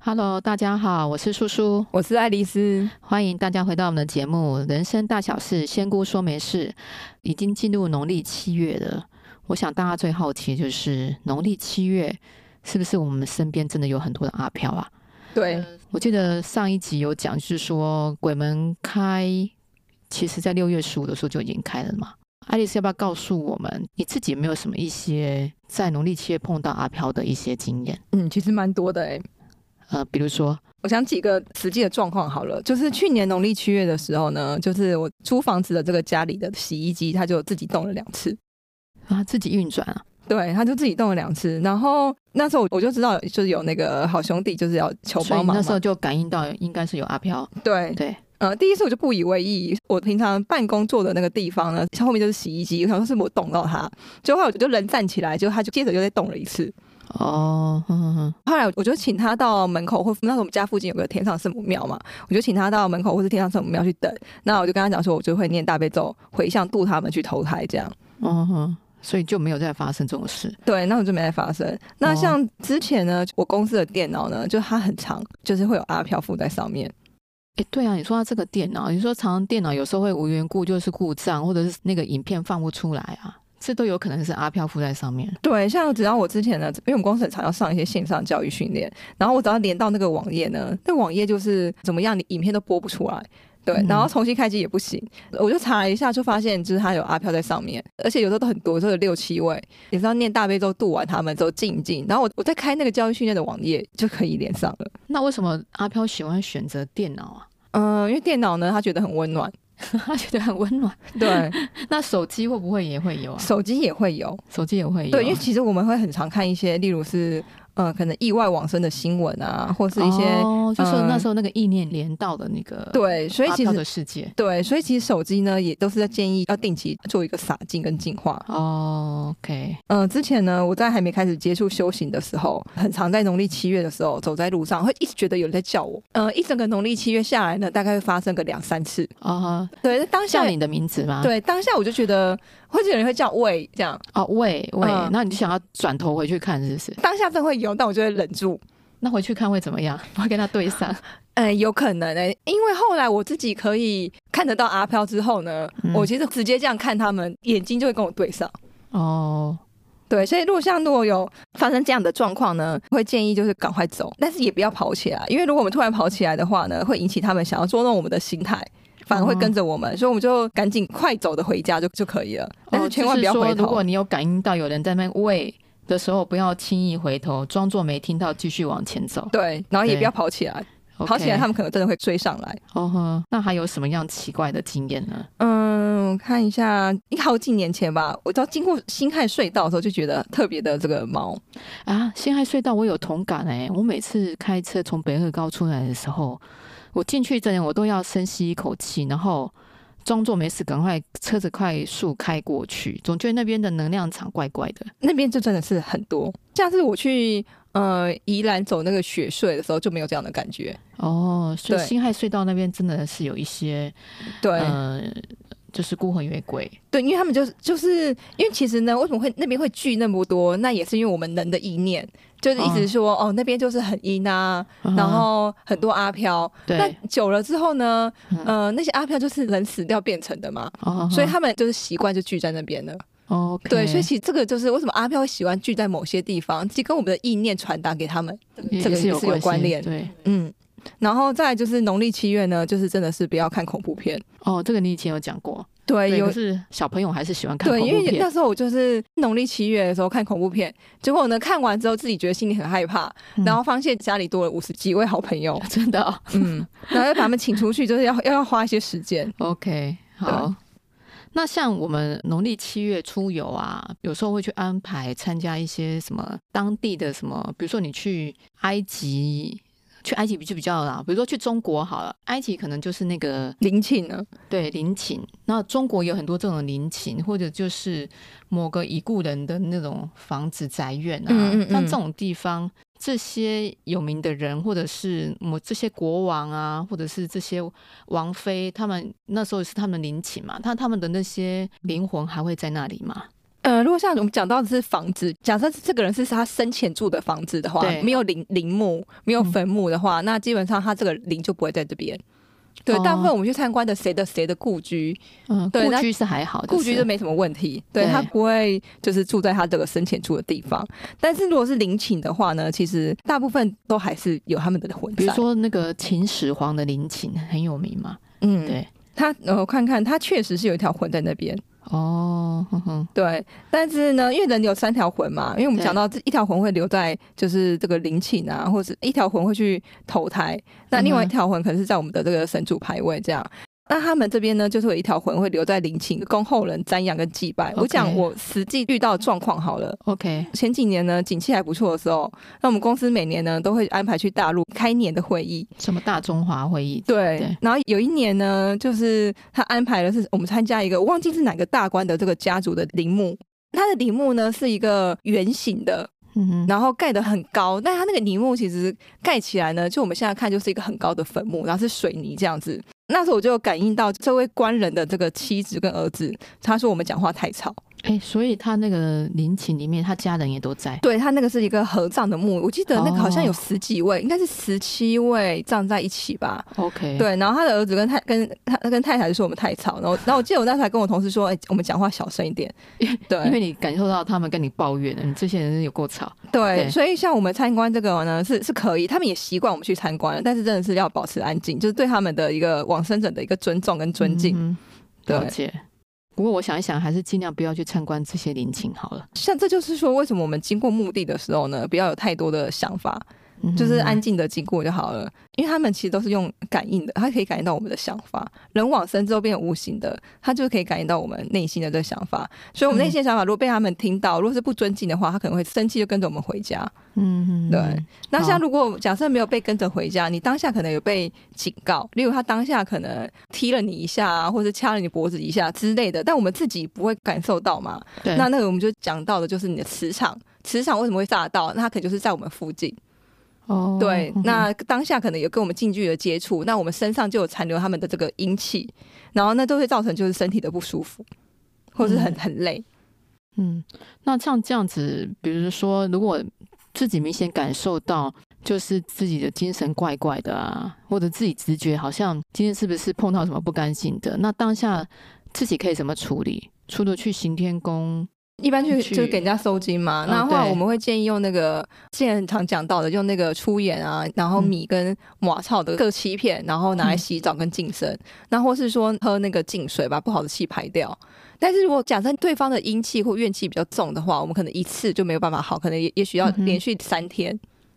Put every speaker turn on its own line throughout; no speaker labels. Hello，大家好，我是叔叔，
我是爱丽丝。
欢迎大家回到我们的节目《人生大小事》，仙姑说没事。已经进入农历七月了，我想大家最好奇就是农历七月是不是我们身边真的有很多的阿飘啊？
对，
我记得上一集有讲，就是说鬼门开，其实在六月十五的时候就已经开了嘛。爱丽丝要不要告诉我们，你自己有没有什么一些在农历七月碰到阿飘的一些经验？
嗯，其实蛮多的哎、
呃，比如说，
我想几个实际的状况好了，就是去年农历七月的时候呢，就是我租房子的这个家里的洗衣机，它就自己动了两次。
啊，自己运转啊，
对，它就自己动了两次。然后那时候我就知道，就是有那个好兄弟就是要求
所以
哦帮忙
那
嘛。
时候就感应到应该是有阿飘，
对，
对，
呃，第一次我就不以为意，我平常办公坐的那个地方呢，啊后面就是洗衣机，我想说是我动到它，结果后来我就人站起来，就它就接着又再动了一次。
哦，嗯嗯
后来我就请他到门口，或那时候我们家附近有个天上圣母庙嘛，我就请他到门口或是天上圣母庙去等。那我就跟他讲说，我就会念大悲咒，回向度他们去投胎这样。
嗯哼，所以就没有再发生这种事，
对，那我就没再发生。那像之前呢，我公司的电脑呢，就它很长，就是会有阿飘附在上面。
哎，对啊，你说到这个电脑，你说常常电脑有时候会无缘故就是故障，或者是那个影片放不出来啊，这都有可能是阿飘附在上面。
对，像只要我之前呢，因为我们公司很常要上一些线上教育训练，然后我只要连到那个网页呢，那网页就是怎么样，你影片都播不出来。对
嗯，
然后重新开机也不行，我就查了一下，就发现就是它有阿飘在上面，而且有时候都很多，就有六七位，也是要念大悲咒度完他们之后静一静，然后我我再开那个教育训练的网页就可以连上了。
那为什么阿飘喜欢选择电脑 啊？
嗯、因为电脑呢，他觉得很温暖，
他觉得很温暖。
对，
那手机会不会也会有啊？
手机也会有，
手机也会有。啊
对，因为其实我们会很常看一些，例如是呃，可能意外往生的新闻啊，或是一些、
哦，就是
呃
那时候那个意念连到的那个
对，所以
阿
其
飘
实
的世界。
对，所以其实手机呢也都是在建议要定期做一个洒净跟净化。
哦，OK，
嗯、之前呢我在还没开始接触修行的时候，很常在农历七月的时候走在路上，会一直觉得有人在叫我。呃，一整个农历七月下来呢，大概会发生个两三次。
哦，
对，当下
叫你的名字吗？，
对当下我就觉得会有人会叫喂这样，
哦，喂喂，
嗯
那你就想要转头回去看，是不是？
当下真会有，但我就会忍住。
那回去看会怎么样？ 我会跟他对 上。
哎，有可能哎、因为后来我自己可以看得到阿飘之后呢，
嗯
我其实直接这样看他们，眼睛就会跟我对上。
哦，
对，所以如果像如果有发生这样的状况呢，会建议就是赶快走，但是也不要跑起来，因为如果我们突然跑起来的话呢，会引起他们想要捉弄我们的心态，反而会跟着我们，所以我们就赶紧快走的回家就就可以了。但
哦
是千
就
万不要
说
回头。
如果你有感应到有人在那边喂的时候，不要轻易回头，装作没听到，继续往前走。
对，然后也
对
不要跑起来，
o
跑起来他们可能真的会追上来。
哦呵，那还有什么样奇怪的经验呢？
嗯，我看一下，好几年前吧，我到经过辛亥隧道的时候就觉得特别的这个毛。
啊，辛亥隧道我有同感哎、我每次开车从北二高出来的时候，我进去之前我都要深吸一口气，然后装作没事，赶快车子快速开过去，总觉得那边的能量场怪怪的。
那边就真的是很多。下次我去呃宜兰走那个雪隧的时候就没有这样的感觉。
哦，所以
对
辛亥隧道那边真的是有一些
对、
呃，就是孤魂野鬼。
对，因为他们就是就是因为其实呢，为什么会那边会聚那么多？那也是因为我们人的意念，就是一直说、
嗯
哦那边就是很阴啊， 然后很多阿飘。
对
那久了之后呢
嗯，
呃那些阿飘就是人死掉变成的嘛，
哦，
所以他们就是习惯就聚在那边了。
哦，
对，所以其实这个就是为什么阿飘会喜欢聚在某些地方，其实跟我们的意念传达给他们，
也
这个
也是
也
有
是有关
系
联。
对，
嗯，然后再来就是农历七月呢，就是真的是不要看恐怖片。
哦，这个你以前有讲过，
对，
对，
呃有
可是小朋友还是喜欢看
对，
恐
因
怖
为
片
那时候我就是农历七月的时候看恐怖片，结果呢看完之后自己觉得心里很害怕，
嗯，
然后发现家里多了五十几位好朋友
真的哦、
嗯，然后要把他们请出去，就是要要要花一些时
嗯
间。
OK，好。那像我们农历七月出游啊，有时候会去安排参加一些什么当地的什么，比如说你去埃及，去埃及就比较啦，比如说去中国好了，埃及可能就是那个
林寝呢，
对陵寝，那中国有很多这种陵寝，或者就是某个已故人的那种房子宅院啊，
嗯嗯嗯
像这种地方，这些有名的人，或者是某这些国王啊，或者是这些王妃，他们那时候是他们陵寝嘛，那他们的那些灵魂还会在那里吗？
呃，如果像我们讲到的是房子，假设这个人是他生前住的房子的话
对，嗯
没有陵陵墓、没有坟墓的话，那基本上他这个陵就不会在这边。对，
哦
大部分我们去参观的谁的谁的故居，
嗯，
对
故
那
居是还好，
故居
就
就是没什么问题，对
对
他不会就是住在他这个生前住的地方。但是如果是陵寝的话呢，其实大部分都还是有他们的魂
比如
在。
说那个秦始皇的陵寝很有名嘛，
嗯
对，
他呃，我看看，他确实是有一条魂在那边。
哦，哼哼，
对，但是呢，因为人有三条魂嘛，因为我们
对
讲到这一条魂会留在就是这个陵寝啊，或者一条魂会去投胎，那另外一
嗯哼
条魂可能是在我们的这个神主牌位这样。那他们这边呢，就是有一条魂会留在陵寝，供后人瞻仰跟祭拜。我
OK
讲我实际遇到的状况好了。
，OK，
前几年呢，景气还不错的时候，那我们公司每年呢都会安排去大陆开年的会议。
什么大中华会议，
对，
对
然后有一年呢，就是他安排的是我们参加一个，我忘记是哪个大官的这个家族的陵墓。他的陵墓呢是一个圆形的，
嗯哼，
然后盖得很高，但他那个陵墓其实盖起来呢，就我们现在看就是一个很高的坟墓，然后是水泥这样子。那时候我就感应到这位官人的这个妻子跟儿子，他说我们讲话太吵。
哎，所以他那个陵寝里面，他家人也都在，
对他那个是一个合葬的墓，我记得那个好像有
哦
十几位，应该是十七位葬在一起吧。
，OK，，
对，然后他的儿子跟太跟他跟太太就说我们太吵，然后然后我记得我那时候还跟我同事说，哎、我们讲话小声一 点。
因为
对
你感受到他们跟你抱怨了，你这些人有够吵，
对，
对
所以像我们参观这个呢，是是可以，他们也习惯我们去参观了，但是真的是要保持安静，就是对他们的一个往生者的一个尊重跟尊敬。
嗯哼，
对
了解。不过我想一想，还是尽量不要去参观这些陵寝好了，
像这就是说，为什么我们经过墓地的时候呢，不要有太多的想法，
嗯哼
就是安静的经过就好了，因为他们其实都是用感应的，他可以感应到我们的想法。人往生之后变成无形的，他就可以感应到我们内心的这个想法。所以，我们内心的想法如果被他们听到，如果是不尊敬的话，他可能会生气，就跟着我们回家。
嗯哼，
对
嗯
那像如果假设没有被跟着回家，你当下可能有被警告，例如他当下可能踢了你一下啊，或者掐了你脖子一下之类的，但我们自己不会感受到嘛。
对，
那那个我们就讲到的就是你的磁场，磁场为什么会炸到？那它可能就是在我们附近。
哦，
对
嗯哼，
那当下可能有跟我们近距离的接触，那我们身上就有残留他们的这个阴气，然后那都会造成就是身体的不舒服，或是很
嗯
很累。
嗯，那像这样子，比如说，如果自己明显感受到，就是自己的精神怪怪的啊，或者自己直觉好像今天是不是碰到什么不甘心的，那当下自己可以怎么处理？除了去行天宫，
一般去
去
就是给人家收金嘛，
嗯
那后来
对
我们会建议用那个之前很常讲到的，用那个粗盐啊，然
嗯
后米跟马草的各七片，然后拿来洗澡跟净
嗯
身，那或是说喝那个净水把不好的气排掉。但是如果假设对方的阴气或怨气比较重的话，我们可能一次就没有办法好，可能也也许要
嗯哼
连续三天，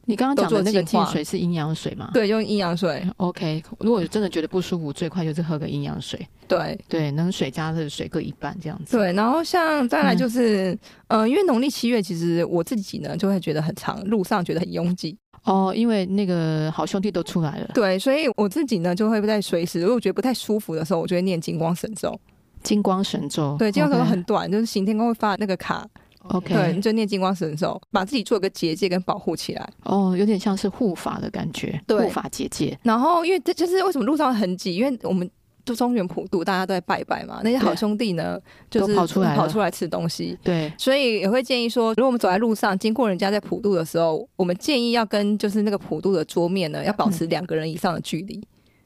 你刚刚
都
讲的
做
那个
净
净
化
水是阴阳水吗？
对，用阴阳水，
嗯，OK。如果真的觉得不舒服，最快就是喝个阴阳水，
对，
对，冷水加热水各一半这样子。
对，然后像再来
嗯
就是，嗯、呃，因为农历七月，其实我自己呢就会觉得很长，路上觉得很拥挤，
哦，因为那个好兄弟都出来了，
对，所以我自己呢就会在随时，如果觉得不太舒服的时候，我就会念金光神咒，
金光神咒，
对，金光神咒
哦 OK，
很短，就是行天宫会发那个卡，
OK，
对，你就念金光神咒，把自己做一个结界跟保护起来。
哦，有点像是护法的感觉，
对
护法结界。
然后因为这就是为什么路上很挤，因为我们。就中原普渡，大家都在拜拜嘛。那些好
对
兄弟呢，就是
都跑出来了
跑出来吃东西。
对，
所以也会建议说，如果我们走在路上经过人家在普渡的时候，我们建议要跟就是那个普渡的桌面呢，要保持两个人以上的距离，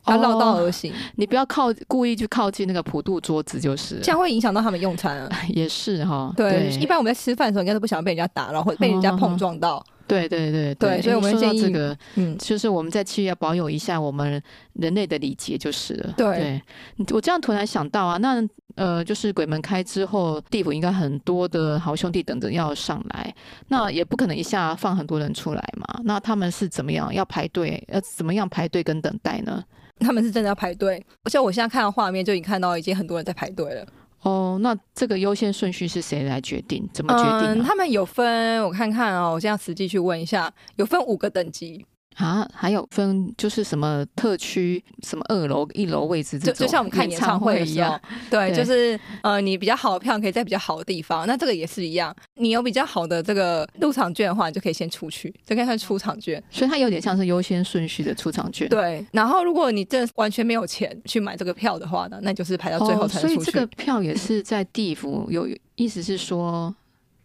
要绕道而
哦，
行，
你不要靠故意去靠近那个普渡桌子，就是了
这样会影响到他们用餐啊。
也是哈。
对，
对，
一般我们在吃饭的时候，应该都不想被人家打扰或者被人家碰撞到。
对对对
对所
诶
以我们
说到
建议
这个，
嗯，
就是我们在七月要保有一下我们人类的礼节就是了。
对
你我这样突然想到啊，那呃，就是鬼门开之后，地府应该很多的好兄弟等着要上来，那也不可能一下放很多人出来嘛。那他们是怎么样要排队？要怎么样排队跟等待呢？
他们是真的要排队，而且我现在看到画面就已经看到已经很多人在排队了。
哦，那这个优先顺序是谁来决定？怎么决定
嗯，
啊、
啊他们有分，我看看哦，我这样实际去问一下，有分五个等级。
啊，还有分就是什么特区、什么二楼、一楼位置这
就
种，
就像我们看演
演
唱会
会
的
一
时候
样。，
对，
对
就是呃，你比较好的票可以在比较好的地方，那这个也是一样。你有比较好的这个入场券的话，你就可以先出去，这可以算出场券。
所以它有点像是优先顺序的出场券。
对，然后如果你真的完全没有钱去买这个票的话呢，那你就是排到啊最后才
哦。所
能
以
出
这
去。
个票也是在地府有意思是说，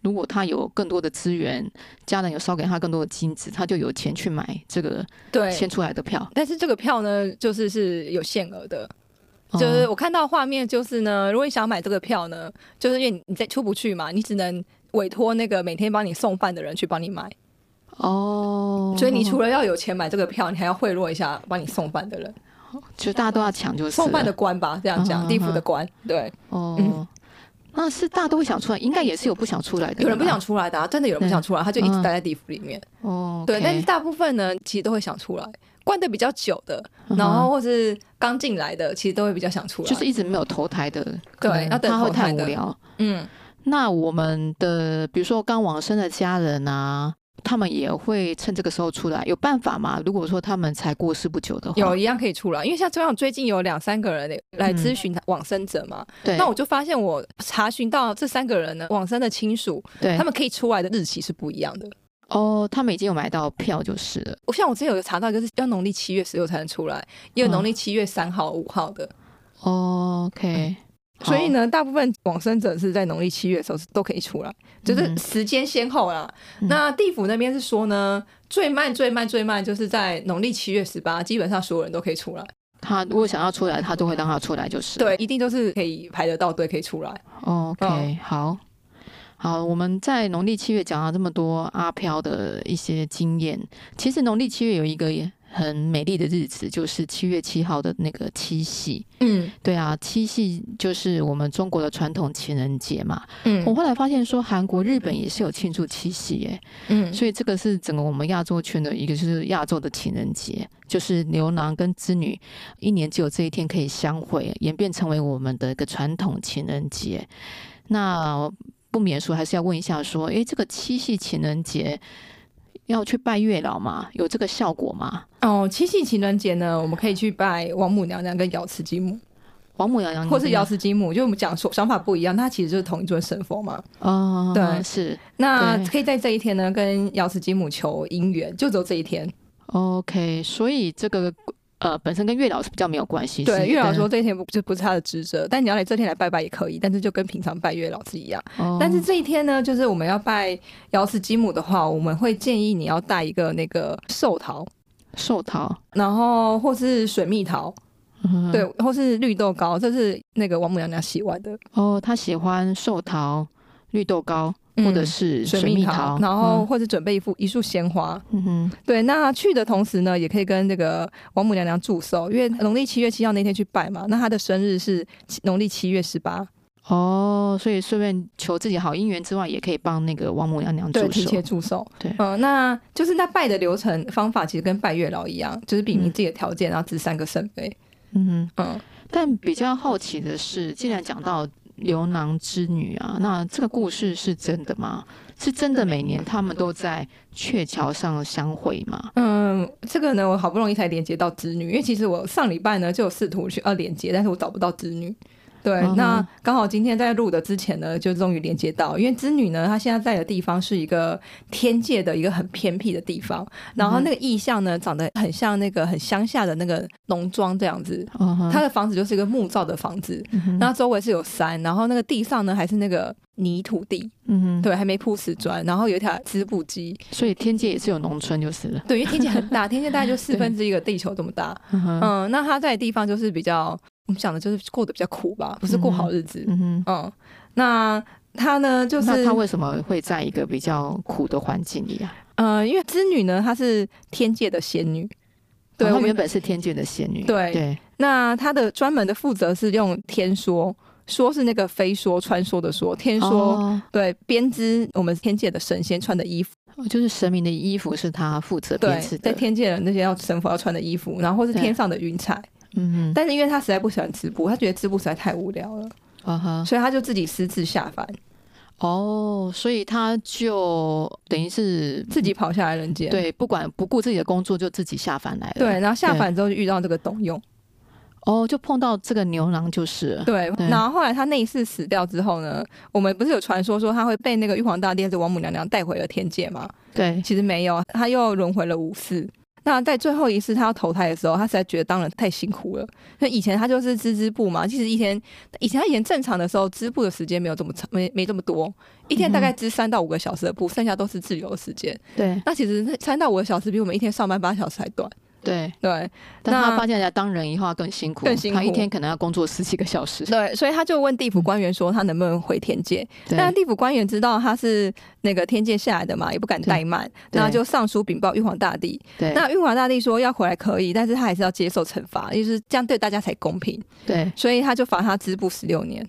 如果他有更多的资源，家人有烧给他更多的金子，他就有钱去买这个
对
先，出来的票。
但是这个票呢，就是是有限额的，就是
哦
我看到画面就是呢，如果你想买这个票呢，就是因为你你在出不去嘛，你只能。委托那个每天帮你送饭的人去帮你买，
哦，
所以你除了要有钱买这个票，你还要贿�赂一下帮你送饭的人。
就大家都要抢，就是
送饭的
了
官吧，这样讲，
嗯
地府的官。对，嗯
哦。那是大家都会想出来，应该也是有不想出来的，
有人不想出来的、啊，真的有人不想出来，他就一直待在地府里面。
哦。
对，
OK
但是大部分呢，其实都会想出来。关的比较久的，
嗯哼
然后或是刚进来的，其实都会比较想出来。
就是一直没有投胎的，可
对
能
要等
他会
投胎
太
的
无聊。
嗯，
那我们的比如说刚往生的家人啊，他们也会趁这个时候出来，有办法吗？如果说他们才过世不久的话，
嗯有一样可以出来，因为像这样最近有两三个人来咨询往生者嘛，
对，
那我就发现我查询到这三个人呢，往生的亲属，
对
他们可以出来的日期是不一样的。
哦，他们已经有买到票就是了。
我像我之前有查到，就是要农历七月十六才能出来，也
嗯
有农历七月三号、五号的，
哦 OK，
嗯所以呢，大部分往生者是在农历七月的时候是都可以出来，就是
嗯
时间先后啦。
嗯
那地府那边是说呢，最慢最慢最慢就是在农历七月十八，基本上所有人都可以出来。
好，哦他如果想要出来，他都会让他出来就是。
对，一定都是可以排得到队可以出来。
，OK，、
嗯
好。好，我们在农历七月讲了这么多阿飘的一些经验。其实农历七月有一个也很美丽的日子，就是七月七号的那个七夕。
嗯
对啊，七夕就是我们中国的传统情人节嘛。我
嗯
后来发现说，韩国、日本也是有庆祝七夕耶，
嗯
所以这个是整个我们亚洲圈的一个，就是亚洲的情人节，就是牛郎跟织女一年只有这一天可以相会，演变成为我们的一个传统情人节。那不免说还是要问一下说，诶，这个七夕情人节要去拜月老吗？有这个效果吗？
哦，七夕情人节呢，我们可以去拜王母娘娘跟瑶池金母，
王母娘娘
或是瑶池金母，就我们讲说想法不一样，那它其实就是同一尊神佛嘛。
哦，
对
是
那
对
可以在这一天呢，跟瑶池金母求姻缘，就只有这一天。
OK，所以这个呃本身跟月老是比较没有关系。
对，
是
月老说，这一天不就不是他的职责，但你要来这天来拜拜也可以，但是就跟平常拜月老是一样。
哦
但是这一天呢，就是我们要拜瑶池金母的话，我们会建议你要带一个那个寿桃，
寿桃，
然后或是水蜜桃，
嗯
对，或是绿豆糕，这是那个王母娘娘喜欢的，
哦，他喜欢寿桃、绿豆糕或者
嗯
是
水
蜜
桃
桃，，
然后或者准备一副一束鲜花。
嗯嗯哼
对，那去的同时呢，也可以跟这个王母娘娘祝寿，因为农历七月七号那天去拜嘛，那她的生日是七农历七月十八，
哦，所以顺便求自己好姻缘之外，也可以帮那个王母娘娘
对，
祝
提
寿
前。祝寿。
对
嗯、那就是那拜的流程方法，其实跟拜月老一样，就是比你自己的条件，然后掷三个圣杯。
嗯哼，
嗯，
但比较好奇的是，既然讲到牛郎织女啊，那这个故事是真的吗？是真的每年他们都在鹊桥上相会吗？
嗯，这个呢，我好不容易才连接到织女，因为其实我上礼拜呢就有试图去要呃连接，但是我找不到织女。对，
嗯哼
那刚好今天在录的之前呢，就终于连接到，因为织女呢，她现在在的地方是一个天界的一个很偏僻的地方，然后那个
嗯
意象呢，长得很像那个很乡下的那个农庄这样子，
嗯哼
她的房子就是一个木造的房子，
嗯哼
那周围是有山，然后那个地上呢还是那个泥土地，
嗯哼
对，还没铺瓷砖，然后有一台织布机，
所以天界也是有农村就是了。
对，因为天界很大，天界大概就四分之一个地球这么大。
嗯哼
嗯，那他在的地方就是比较，我们讲的就是过得比较苦吧，不是过好日子。
嗯哼，
嗯那他呢，就是
那他为什么会在一个比较苦的环境里啊？
呃，因为织女呢，她是天界的仙女，对，
哦
我
她原
们
本是天界的仙女。
对
对，
那她的专门的负责是用天说，说是那个飞说穿梭的说，天说、
哦
对编织我们天界的神仙穿的衣服，
就是神明的衣服是他负责
对
编织，
在
的。
天界人那些要神佛要穿的衣服，然后或是
对
天上的云彩。
嗯哼，
但是因为他实在不喜欢织布，他觉得织布实在太无聊了，
啊哈，
所以他就自己私自下凡。
哦，所以他就等于是
自己跑下来人间。
对，不管不顾自己的工作，就自己下凡来了。
对，然后下凡之后就遇到这个董永，
哦，就碰到这个牛郎就是了
对，
对
然后后来他那一次死掉之后呢，我们不是有传说说他会被那个玉皇大帝还是王母娘娘带回了天界吗？
对，
其实没有，他又轮回了五次。那在最后一次他要投胎的时候，他实在觉得当人太辛苦了。所以以前他就是织织布嘛，其实以前以前他以前正常的时候织布的时间没有这么长，没没这么多，一天大
嗯
概织三到五个小时的布，剩下都是自由的时间。
对
那其实那三到五个小时比我们一天上班八小时还短。
对，
对
但
那
他发现人家当人以后他更辛苦，
更辛苦
他一天可能要工作十几个小时。
对，所以他就问地府官员说他能不能回天界。但
对
地府官员知道他是那个天界下来的嘛，也不敢怠慢，
对
然后就上书禀报玉皇大帝。
对
那玉皇大帝说要回来可以，但是他还是要接受惩罚，就是这样对大家才公平，
对
所以他就罚他织布十六年。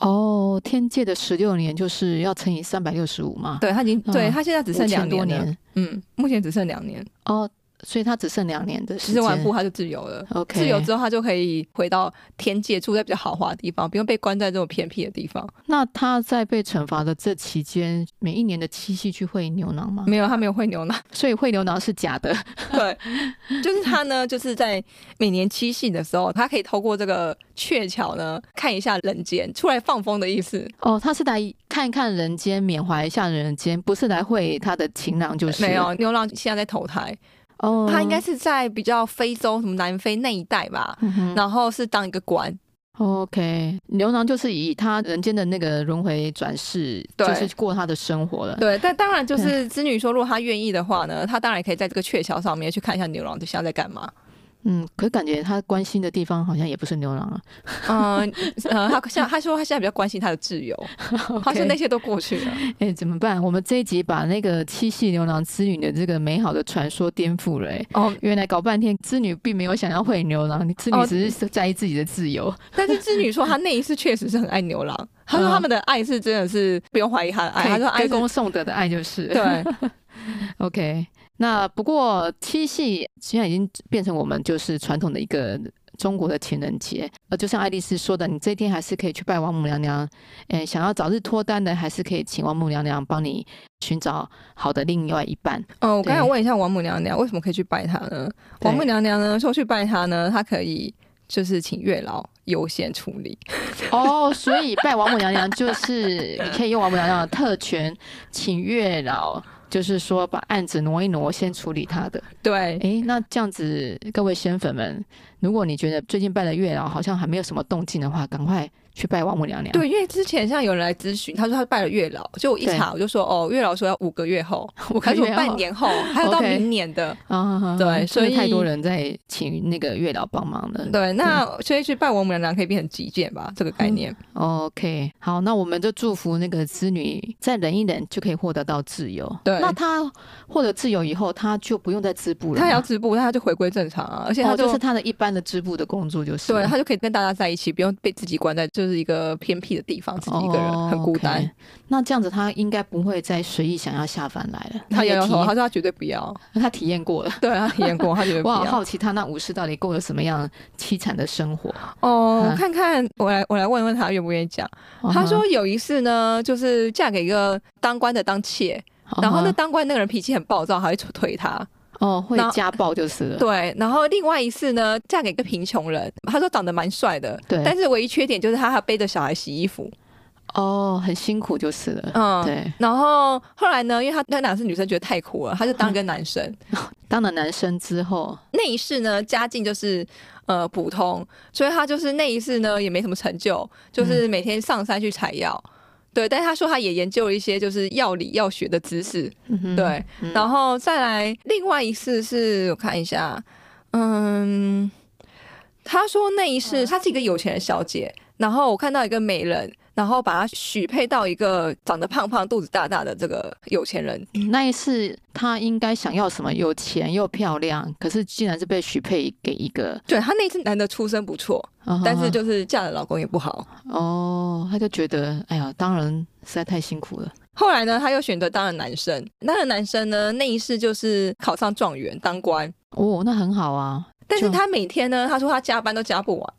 哦，天界的十六年就是要乘以三百六十五嘛，
对他已经，
嗯
对他现在只剩
五
两
千多
年了，嗯，目前只剩两年，
哦，所以他只剩两年的时
织
间。
完布他就自由了。
OK，
自由之后，他就可以回到天界，住在比较豪华的地方，不用被关在这种偏僻的地方。
那他在被惩罚的这期间，每一年的七夕去会牛郎吗？
没有，他没有会牛奶。
所以会牛郎是假的。
对， 就是他呢，就是在每年七夕的时候，他可以透过这个鹊桥呢，看一下人间，出来放风的意思。
哦，他是来看一看人间，缅怀一下人间，不是来会他的情郎，就是
没有，牛郎现在在投胎，
哦，
他应该是在比较非洲什么南非那一带吧，
嗯哼。
然后是当一个官，
OK，牛郎就是以他人间的那个轮回转世，
对
就是过他的生活了。
对，但当然就是织女说，如果她愿意的话呢，她当然可以在这个鹊桥上面去看一下牛郎现在在干嘛。
嗯，可感觉他关心的地方好像也不是牛郎啊。
嗯呃，她像她说她现在比较关心她的挚 友，她说
OK
那些都过去了。
哎、怎么办？我们这一集把那个七夕牛郎织女的这个美好的传说颠覆了、哎，
哦，
原来搞半天，织女并没有想要会牛郎，织
哦
女只是在意自己的自由。
但是织女说她那一次确实是很爱牛郎，她说他们的爱是真的是不用怀疑她的哎
可以
爱，她说爱
歌
是
功颂德的爱就是。
对
OK，那不过七夕现在已经变成我们就是传统的一个中国的情人节，呃，就像爱丽丝说的，你这一天还是可以去拜王母娘娘，嗯，想要早日脱单的，还是可以请王母娘娘帮你寻找好的另外一半。
哦，我刚才
对
问一下王母娘娘，为什么可以去拜她呢？
对
王母娘娘呢说去拜她呢，她可以就是请月老优先处理。
哦，所以拜王母娘娘就是你可以用王母娘娘的特权，请月老。就是说，把案子挪一挪，先处理他的。
对，
诶，那这样子，各位仙粉们，如果你觉得最近拜了月老好像还没有什么动静的话，赶快去拜王母娘娘。
对，因为之前像有人来咨询，他说他拜了月老，就我一
对
查我就说哦，月老说要五个 月后，
我
还
看
是我
月
半 年后，还有到
OK
明年的。
啊，
对
真的
所以
太多人在请那个月老帮忙了。
对，
嗯
那所以去拜王母娘娘可以变成极简吧，这个概念。
OK，好，那我们就祝福那个织女再忍一忍就可以获得到自由。
对
那她获得自由以后，她就不用再织布了
她
吗。
还要织布，但她就回归正常啊，而且她
嗯哦，就是她的一般的织布的工作就是
对
了。
他就可以跟大家在一起，不用被自己关在就是一个偏僻的地方，自己一个人、
哦
很孤单。
OK 那这样子，她应该不会再随意想要下凡来了。
他
她
摇摇
体
头，他说他绝对不要，
她体验过了。
对他体验过，他绝对不
我好
要。
好奇她那武士到底过了什么样凄惨的生活。
哦，
嗯
看看我来我来问问他愿不愿意讲。他
嗯
说有一次呢，就是嫁给一个当官的当妾，
哼，
然后那
嗯
当官那个人脾气很暴躁，还会推他。
哼哦会
然后
家暴就是了。
对，然后另外一次呢，嫁给一个贫穷人，他说长得蛮帅的，
对
但是唯一缺点就是他还背着小孩洗衣服。
哦，很辛苦就是了。
嗯，。
对，
然后后来呢，因为他那两次女生觉得太苦了，他就
嗯
当一个男生。
当了男生之后，
那一世呢，家境就是呃普通，所以他就是那一世呢也没什么成就，
嗯
就是每天上山去采药。对，但是他说他也研究了一些就是药理药学的知识，
嗯哼
对，
嗯
然后再来另外一世是我看一下，嗯，他说那一
嗯
世她是一个有钱的小姐，然后我看到一个美人，然后把她许配到一个长得胖胖、肚子大大的这个有钱人，
那一次他应该想要什么？有钱又漂亮，可是竟然是被许配给一个，
对她那一次男的出身不错，
嗯哼
但是就是嫁的老公也不好，
哦，他就觉得哎呀，当人实在太辛苦了。
后来呢，他又选择当了男生。当了男生呢，那一世就是考上状元当官。
哦，那很好啊，
但是
就
他每天呢，他说他加班都加不完，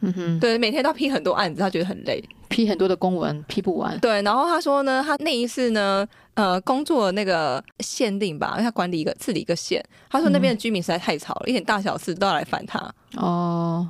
嗯哼，
对，每天都要批很多案子，他觉得很累。
批很多的公文批不完，
对，然后他说呢，他那一次呢，呃，工作的那个县令吧，因为他管理一个治理一个县，他说那边的居民实在太吵了，一点大小事都要来烦他，
哦，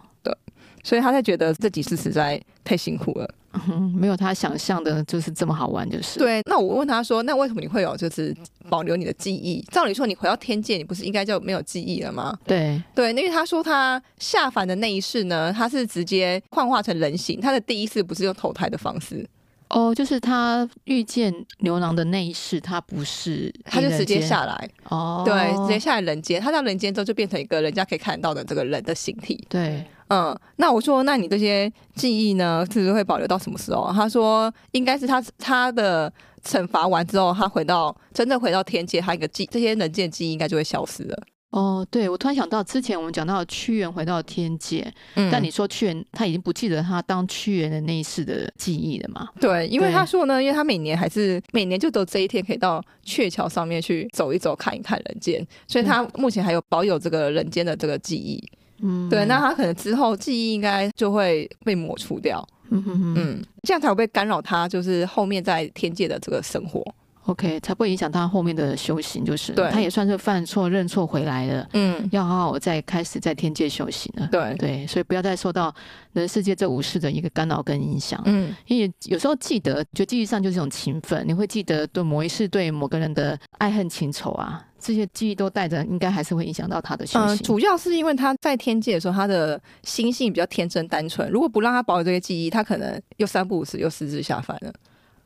所以他才觉得这几次实在太辛苦了。
嗯哼没有他想象的就是这么好玩，就是，
对，那我问他说，那为什么你会有就是保留你的记忆？照理说你回到天界，你不是应该就没有记忆了吗？
对，
对，因为他说他下凡的那一世呢，他是直接幻化成人形，他的第一世不是用投胎的方式，
哦，就是他遇见牛郎的那一世，他不是
他就
愚人
直接
节
下来，
哦，
对，直接下来人间。他到人间之后就变成一个人家可以看到的这个人的形体。
哦对，
嗯，那我说，那你这些记忆呢，是不是会保留到什么时候？啊他说，应该是他他的惩罚完之后，他回到真正回到天界，他一个记这些人间记忆应该就会消失了。
哦，对，我突然想到之前我们讲到屈原回到天界，
嗯
但你说屈原他已经不记得他当屈原的那一世的记忆了嘛？
对，因为
对
他说呢，因为他每年还是每年就只有这一天可以到鹊桥上面去走一走，看一看人间，所以他目前还有保有这个人间的这个记忆。
嗯，
对，那他可能之后记忆应该就会被抹除掉，
嗯嗯嗯
嗯，这样才不会干扰他就是后面在天界的这个生活。
，OK，才不会影响他后面的修行，就是
对
他也算是犯错认错回来了，
嗯，
要好好再开始在天界修行了。
对，
对，所以不要再受到人世界这五世的一个干扰跟影响。
嗯
因为有时候记得，就记忆上就是一种情分，你会记得对某一世对某个人的爱恨情仇啊，这些记忆都带着，应该还是会影响到他的修
嗯、呃
行。
主要是因为他在天界的时候，他的心性比较天真单纯，如果不让他保有这些记忆，他可能又三不五时又失之下凡了，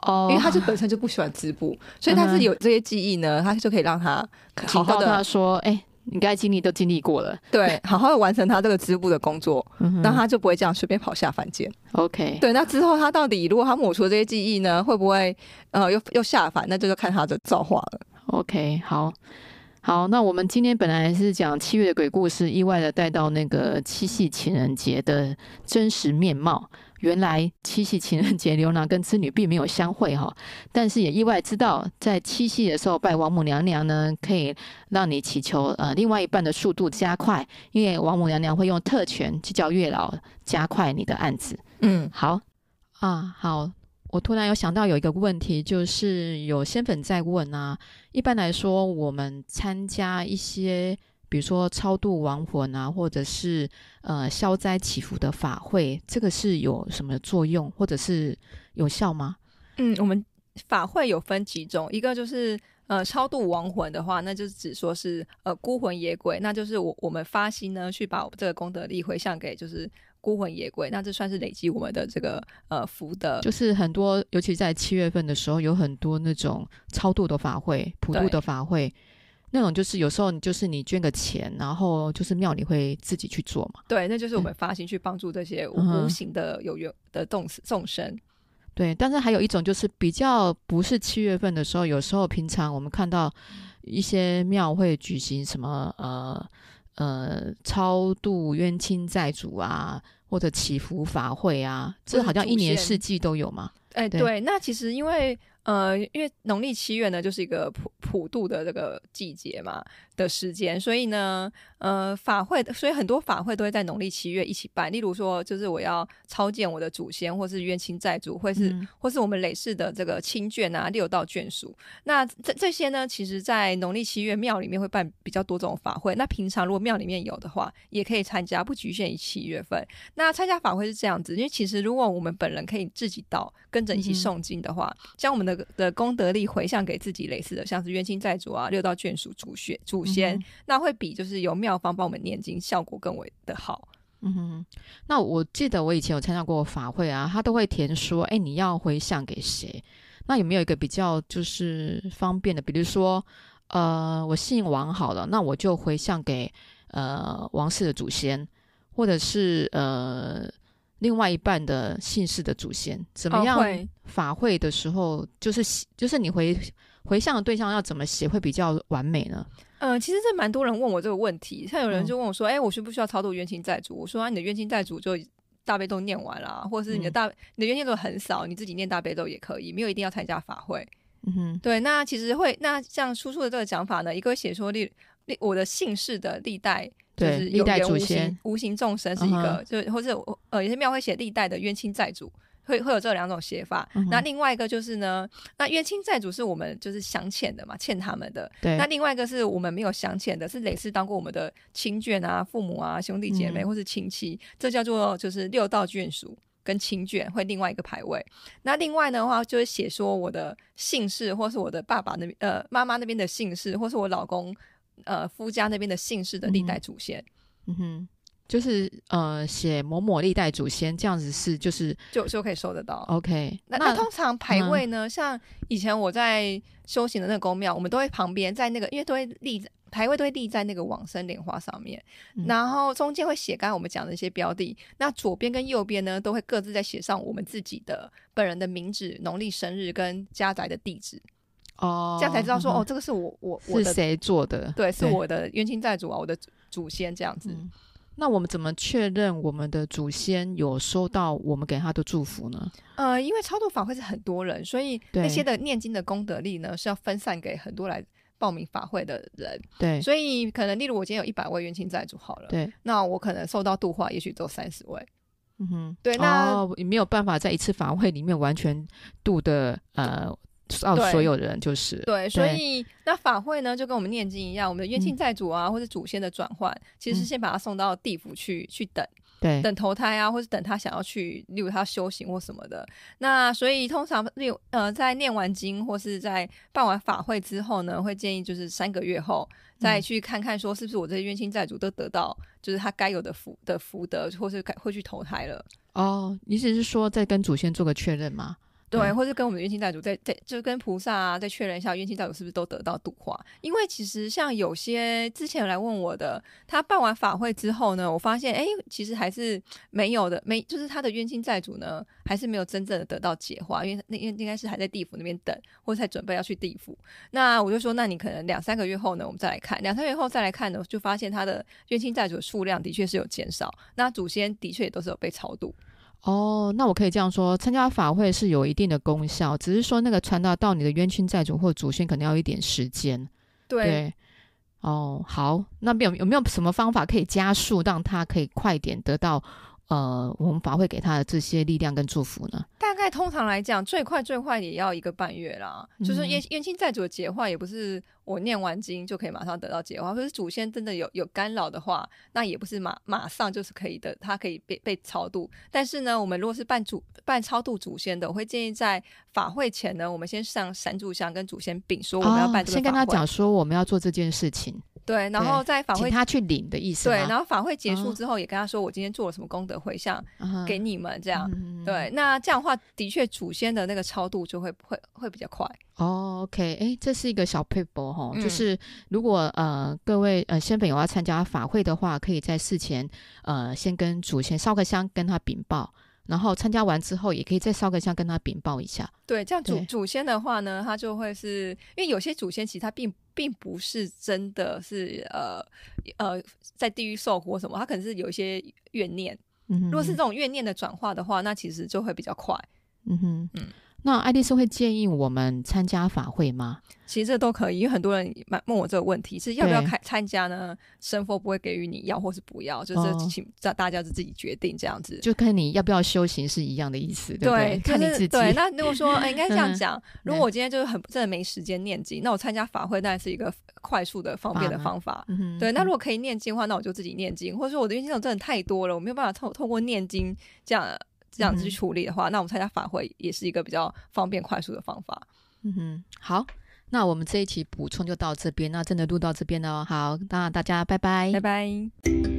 哦嗯
因为他就本身就不喜欢织布，所以他是有这些记忆呢，他就可以让他好
请
好
到他
的
说：“哎、你该经历都经历过了。
对好好的完成他这个织布的工作，
嗯哼
那他就不会这样随便跑下凡间。”
OK，
对，那之后他到底如果他抹除了这些记忆呢，会不会呃又又下凡？那就是看他的造化了。
OK，好。好，那我们今天本来是讲七月的鬼故事，意外的带到那个七夕情人节的真实面貌。原来七夕情人节，牛郎跟织女并没有相会哈，但是也意外知道，在七夕的时候拜王母娘娘呢，可以让你祈求呃另外一半的速度加快，因为王母娘娘会用特权去叫月老加快你的案子。
嗯，
好啊，好。我突然有想到有一个问题，就是有仙粉在问啊。一般来说，我们参加一些，比如说超度亡魂啊，或者是呃消灾祈福的法会，这个是有什么作用，或者是有效吗？
嗯，我们法会有分几种，一个就是呃超度亡魂的话，那就是指说是呃孤魂野鬼，那就是我我们发心呢去把我们这个功德力回向给就是孤魂野鬼，那这算是累积我们的这个呃福德。
就是很多，尤其在七月份的时候，有很多那种超度的法会、普渡
对
的法会，那种就是有时候你就是你捐个钱，然后就是庙里会自己去做嘛。
对，那就是我们发心去帮助这些无
嗯
无形的有缘的众众生。
对，但是还有一种就是比较不是七月份的时候，有时候平常我们看到一些庙会举行什么呃呃超度冤亲债主啊，或者祈福法会啊，这
或是
好像一
祖
年
先
四季都有嘛。
哎、
对
对，那其实因为呃，因为农历七月呢，就是一个普普渡的这个季节嘛的时间，所以呢，呃，法会，所以很多法会都会在农历七月一起办。例如说，就是我要超荐我的祖先，或是冤亲债主，或是、
嗯
或是我们累世的这个亲眷啊，六道眷属。那这这些呢，其实，在农历七月庙里面会办比较多这种法会。那平常如果庙里面有的话，也可以参加，不局限于七月份。那参加法会是这样子，因为其实如果我们本人可以自己到跟着一起
嗯哼
诵经的话，将我们的的功德力回向给自己类似的，像是冤亲债主啊、六道眷属、祖先、祖先，
嗯
那会比就是由妙方帮我们念经效果更为的好。
嗯哼，那我记得我以前有参加过法会啊，他都会填说，哎，你要回向给谁？那有没有一个比较就是方便的？比如说，呃，我姓王好了，那我就回向给呃王室的祖先，或者是呃另外一半的姓氏的祖先，怎么样？
哦会
法会的时候，就是写就是你回回向的对象要怎么写会比较完美呢？
嗯，其实这蛮多人问我这个问题，像有人
嗯
就问我说：“哎、我需不需要超度冤亲债主？”我说：“啊，你的冤亲债主就大悲咒念完啦，或者是你的
嗯
大、你的冤亲咒很少，你自己念大悲咒也可以，没有一定要参加法会。”
嗯哼，
对，那其实会那像叔叔的这个讲法呢，一个会写说历历我的姓氏的历代就是
对
有
历代
缘
祖
无形
先
无形众生是一
嗯
个
哼，
就是或者呃有些庙会写历代的冤亲债主。会会有这两种写法，
嗯哼
那另外一个就是呢，那冤亲债主是我们就是镶嵌的嘛，欠他们的。
对
那，另外一个是我们没有镶嵌的，是累世当过我们的亲眷啊、父母啊、兄弟姐妹
嗯
或是亲戚，这叫做就是六道眷属跟亲眷会另外一个排位。那另外的话就是写说我的姓氏，或是我的爸爸那边呃妈妈那边的姓氏，或是我老公呃夫家那边的姓氏的历代祖先，
嗯哼，就是呃写某某历代祖先这样子是就是
就就可以收得到。
OK
那那通常
嗯
排位呢？像以前我在修行的那个宫庙，我们都会旁边在那个，因为都会立在排位都会立在那个往生莲花上面，
嗯
然后中间会写刚才我们讲的一些标的。那左边跟右边呢，都会各自在写上我们自己的本人的名字、农历生日跟家宅的地址，
哦，
这样才知道说、
嗯哼
哦，这个是我我我
是
的
谁做的？
对，是我的冤亲债主啊，我的祖祖先这样子。
嗯，那我们怎么确认我们的祖先有收到我们给他的祝福呢？
呃，因为超度法会是很多人，所以
对
那些的念经的功德力呢，是要分散给很多来报名法会的人。
对
所以可能，例如我今天有一百位冤亲债主好了，
对，
那我可能收到度化，也许只有三十位。
嗯哼，
对那
哦、没有办法在一次法会里面完全度的呃到
对
所有人就是
对，所以那法会呢，就跟我们念经一样，我们的冤亲债主啊，或者祖先的转换，其实是先把他送到地府去去等，
对
等投胎啊，或是等他想要去，例如他修行或什么的。那所以通常，例如呃，在念完经或是在办完法会之后呢，会建议就是三个月后再去看看，说是不是我这些冤亲债主都得到就是他该有的福的福德，或是该会去投胎了。
哦，你只是说在跟祖先做个确认吗？
对，
对
或是跟我们的冤亲债主再再就是跟菩萨啊再确认一下冤亲债主是不是都得到度化，因为其实像有些之前有来问我的，他办完法会之后呢，我发现哎，其实还是没有的，没就是他的冤亲债主呢，还是没有真正的得到解化，因为那因为应该是还在地府那边等，或是在准备要去地府。那我就说，那你可能两三个月后呢，我们再来看，两三个月后再来看呢，就发现他的冤亲债主的数量的确是有减少，那祖先的确也都是有被超度。
哦，那我可以这样说，参加法会是有一定的功效，只是说那个传达到你的冤亲债主或祖先，可能要一点时间。
对
对，哦，好，那边有有没有什么方法可以加速，让他可以快点得到呃我们法会给他的这些力量跟祝福呢？
大概通常来讲，最快最快也要一个半月啦。
嗯
就是冤冤亲债主的解化，也不是我念完经就可以马上得到解化。可是祖先真的有有干扰的话，那也不是马马上就是可以的，他可以被被超度。但是呢，我们如果是办祖办超度祖先的，我会建议在法会前呢，我们先上三炷香跟祖先禀说我们要办
哦、
这个法会，
先跟他讲说我们要做这件事情，
对，然后在法
请
会。
他去领的意思
对，
吗
然后法会结束
哦
之后，也跟他说我今天做了什么功德回向
嗯哼
给你们，这样。
嗯
对，那这样的话，的确祖先的那个超度就会会会比较快。
哦，OK，哎，这是一个小 paper 哈、
嗯
就是如果呃各位呃先粉有要参加法会的话，可以在事前呃先跟祖先烧个香，跟他禀报，然后参加完之后也可以再烧个香跟他禀报一下。
对，这样祖
对
祖先的话呢，他就会是因为有些祖先其实他并并不是真的是呃呃在地狱受苦或什么，他可能是有一些怨念。
嗯哼，
如果是这种怨念的转化的话，那其实就会比较快。
嗯哼
嗯
那爱丽丝会建议我们参加法会吗？
其实这都可以，因为很多人蛮问我这个问题是要不要
对
开参加呢？神佛不会给予你要或是不要，就是
哦
请大大家就自己决定这样子。
就跟你要不要修行是一样的意思，对不对？
就
看你
是
自己。
对，那如果说、呃、应该这样
嗯
讲，如果我今天就是很真的没时间念经，那我参加法会当然是一个快速的、方便的
法门
方法。
嗯哼
对，那如果可以念经的话，那我就自己念经，或者说我的冤亲债主真的太多了，我没有办法透透过念经这样这样子去
嗯哼
处理的话，那我们参加法会也是一个比较方便快速的方法。
嗯哼，好，那我们这一期补充就到这边，那真的录到这边了哦，好，那大家拜拜
拜拜。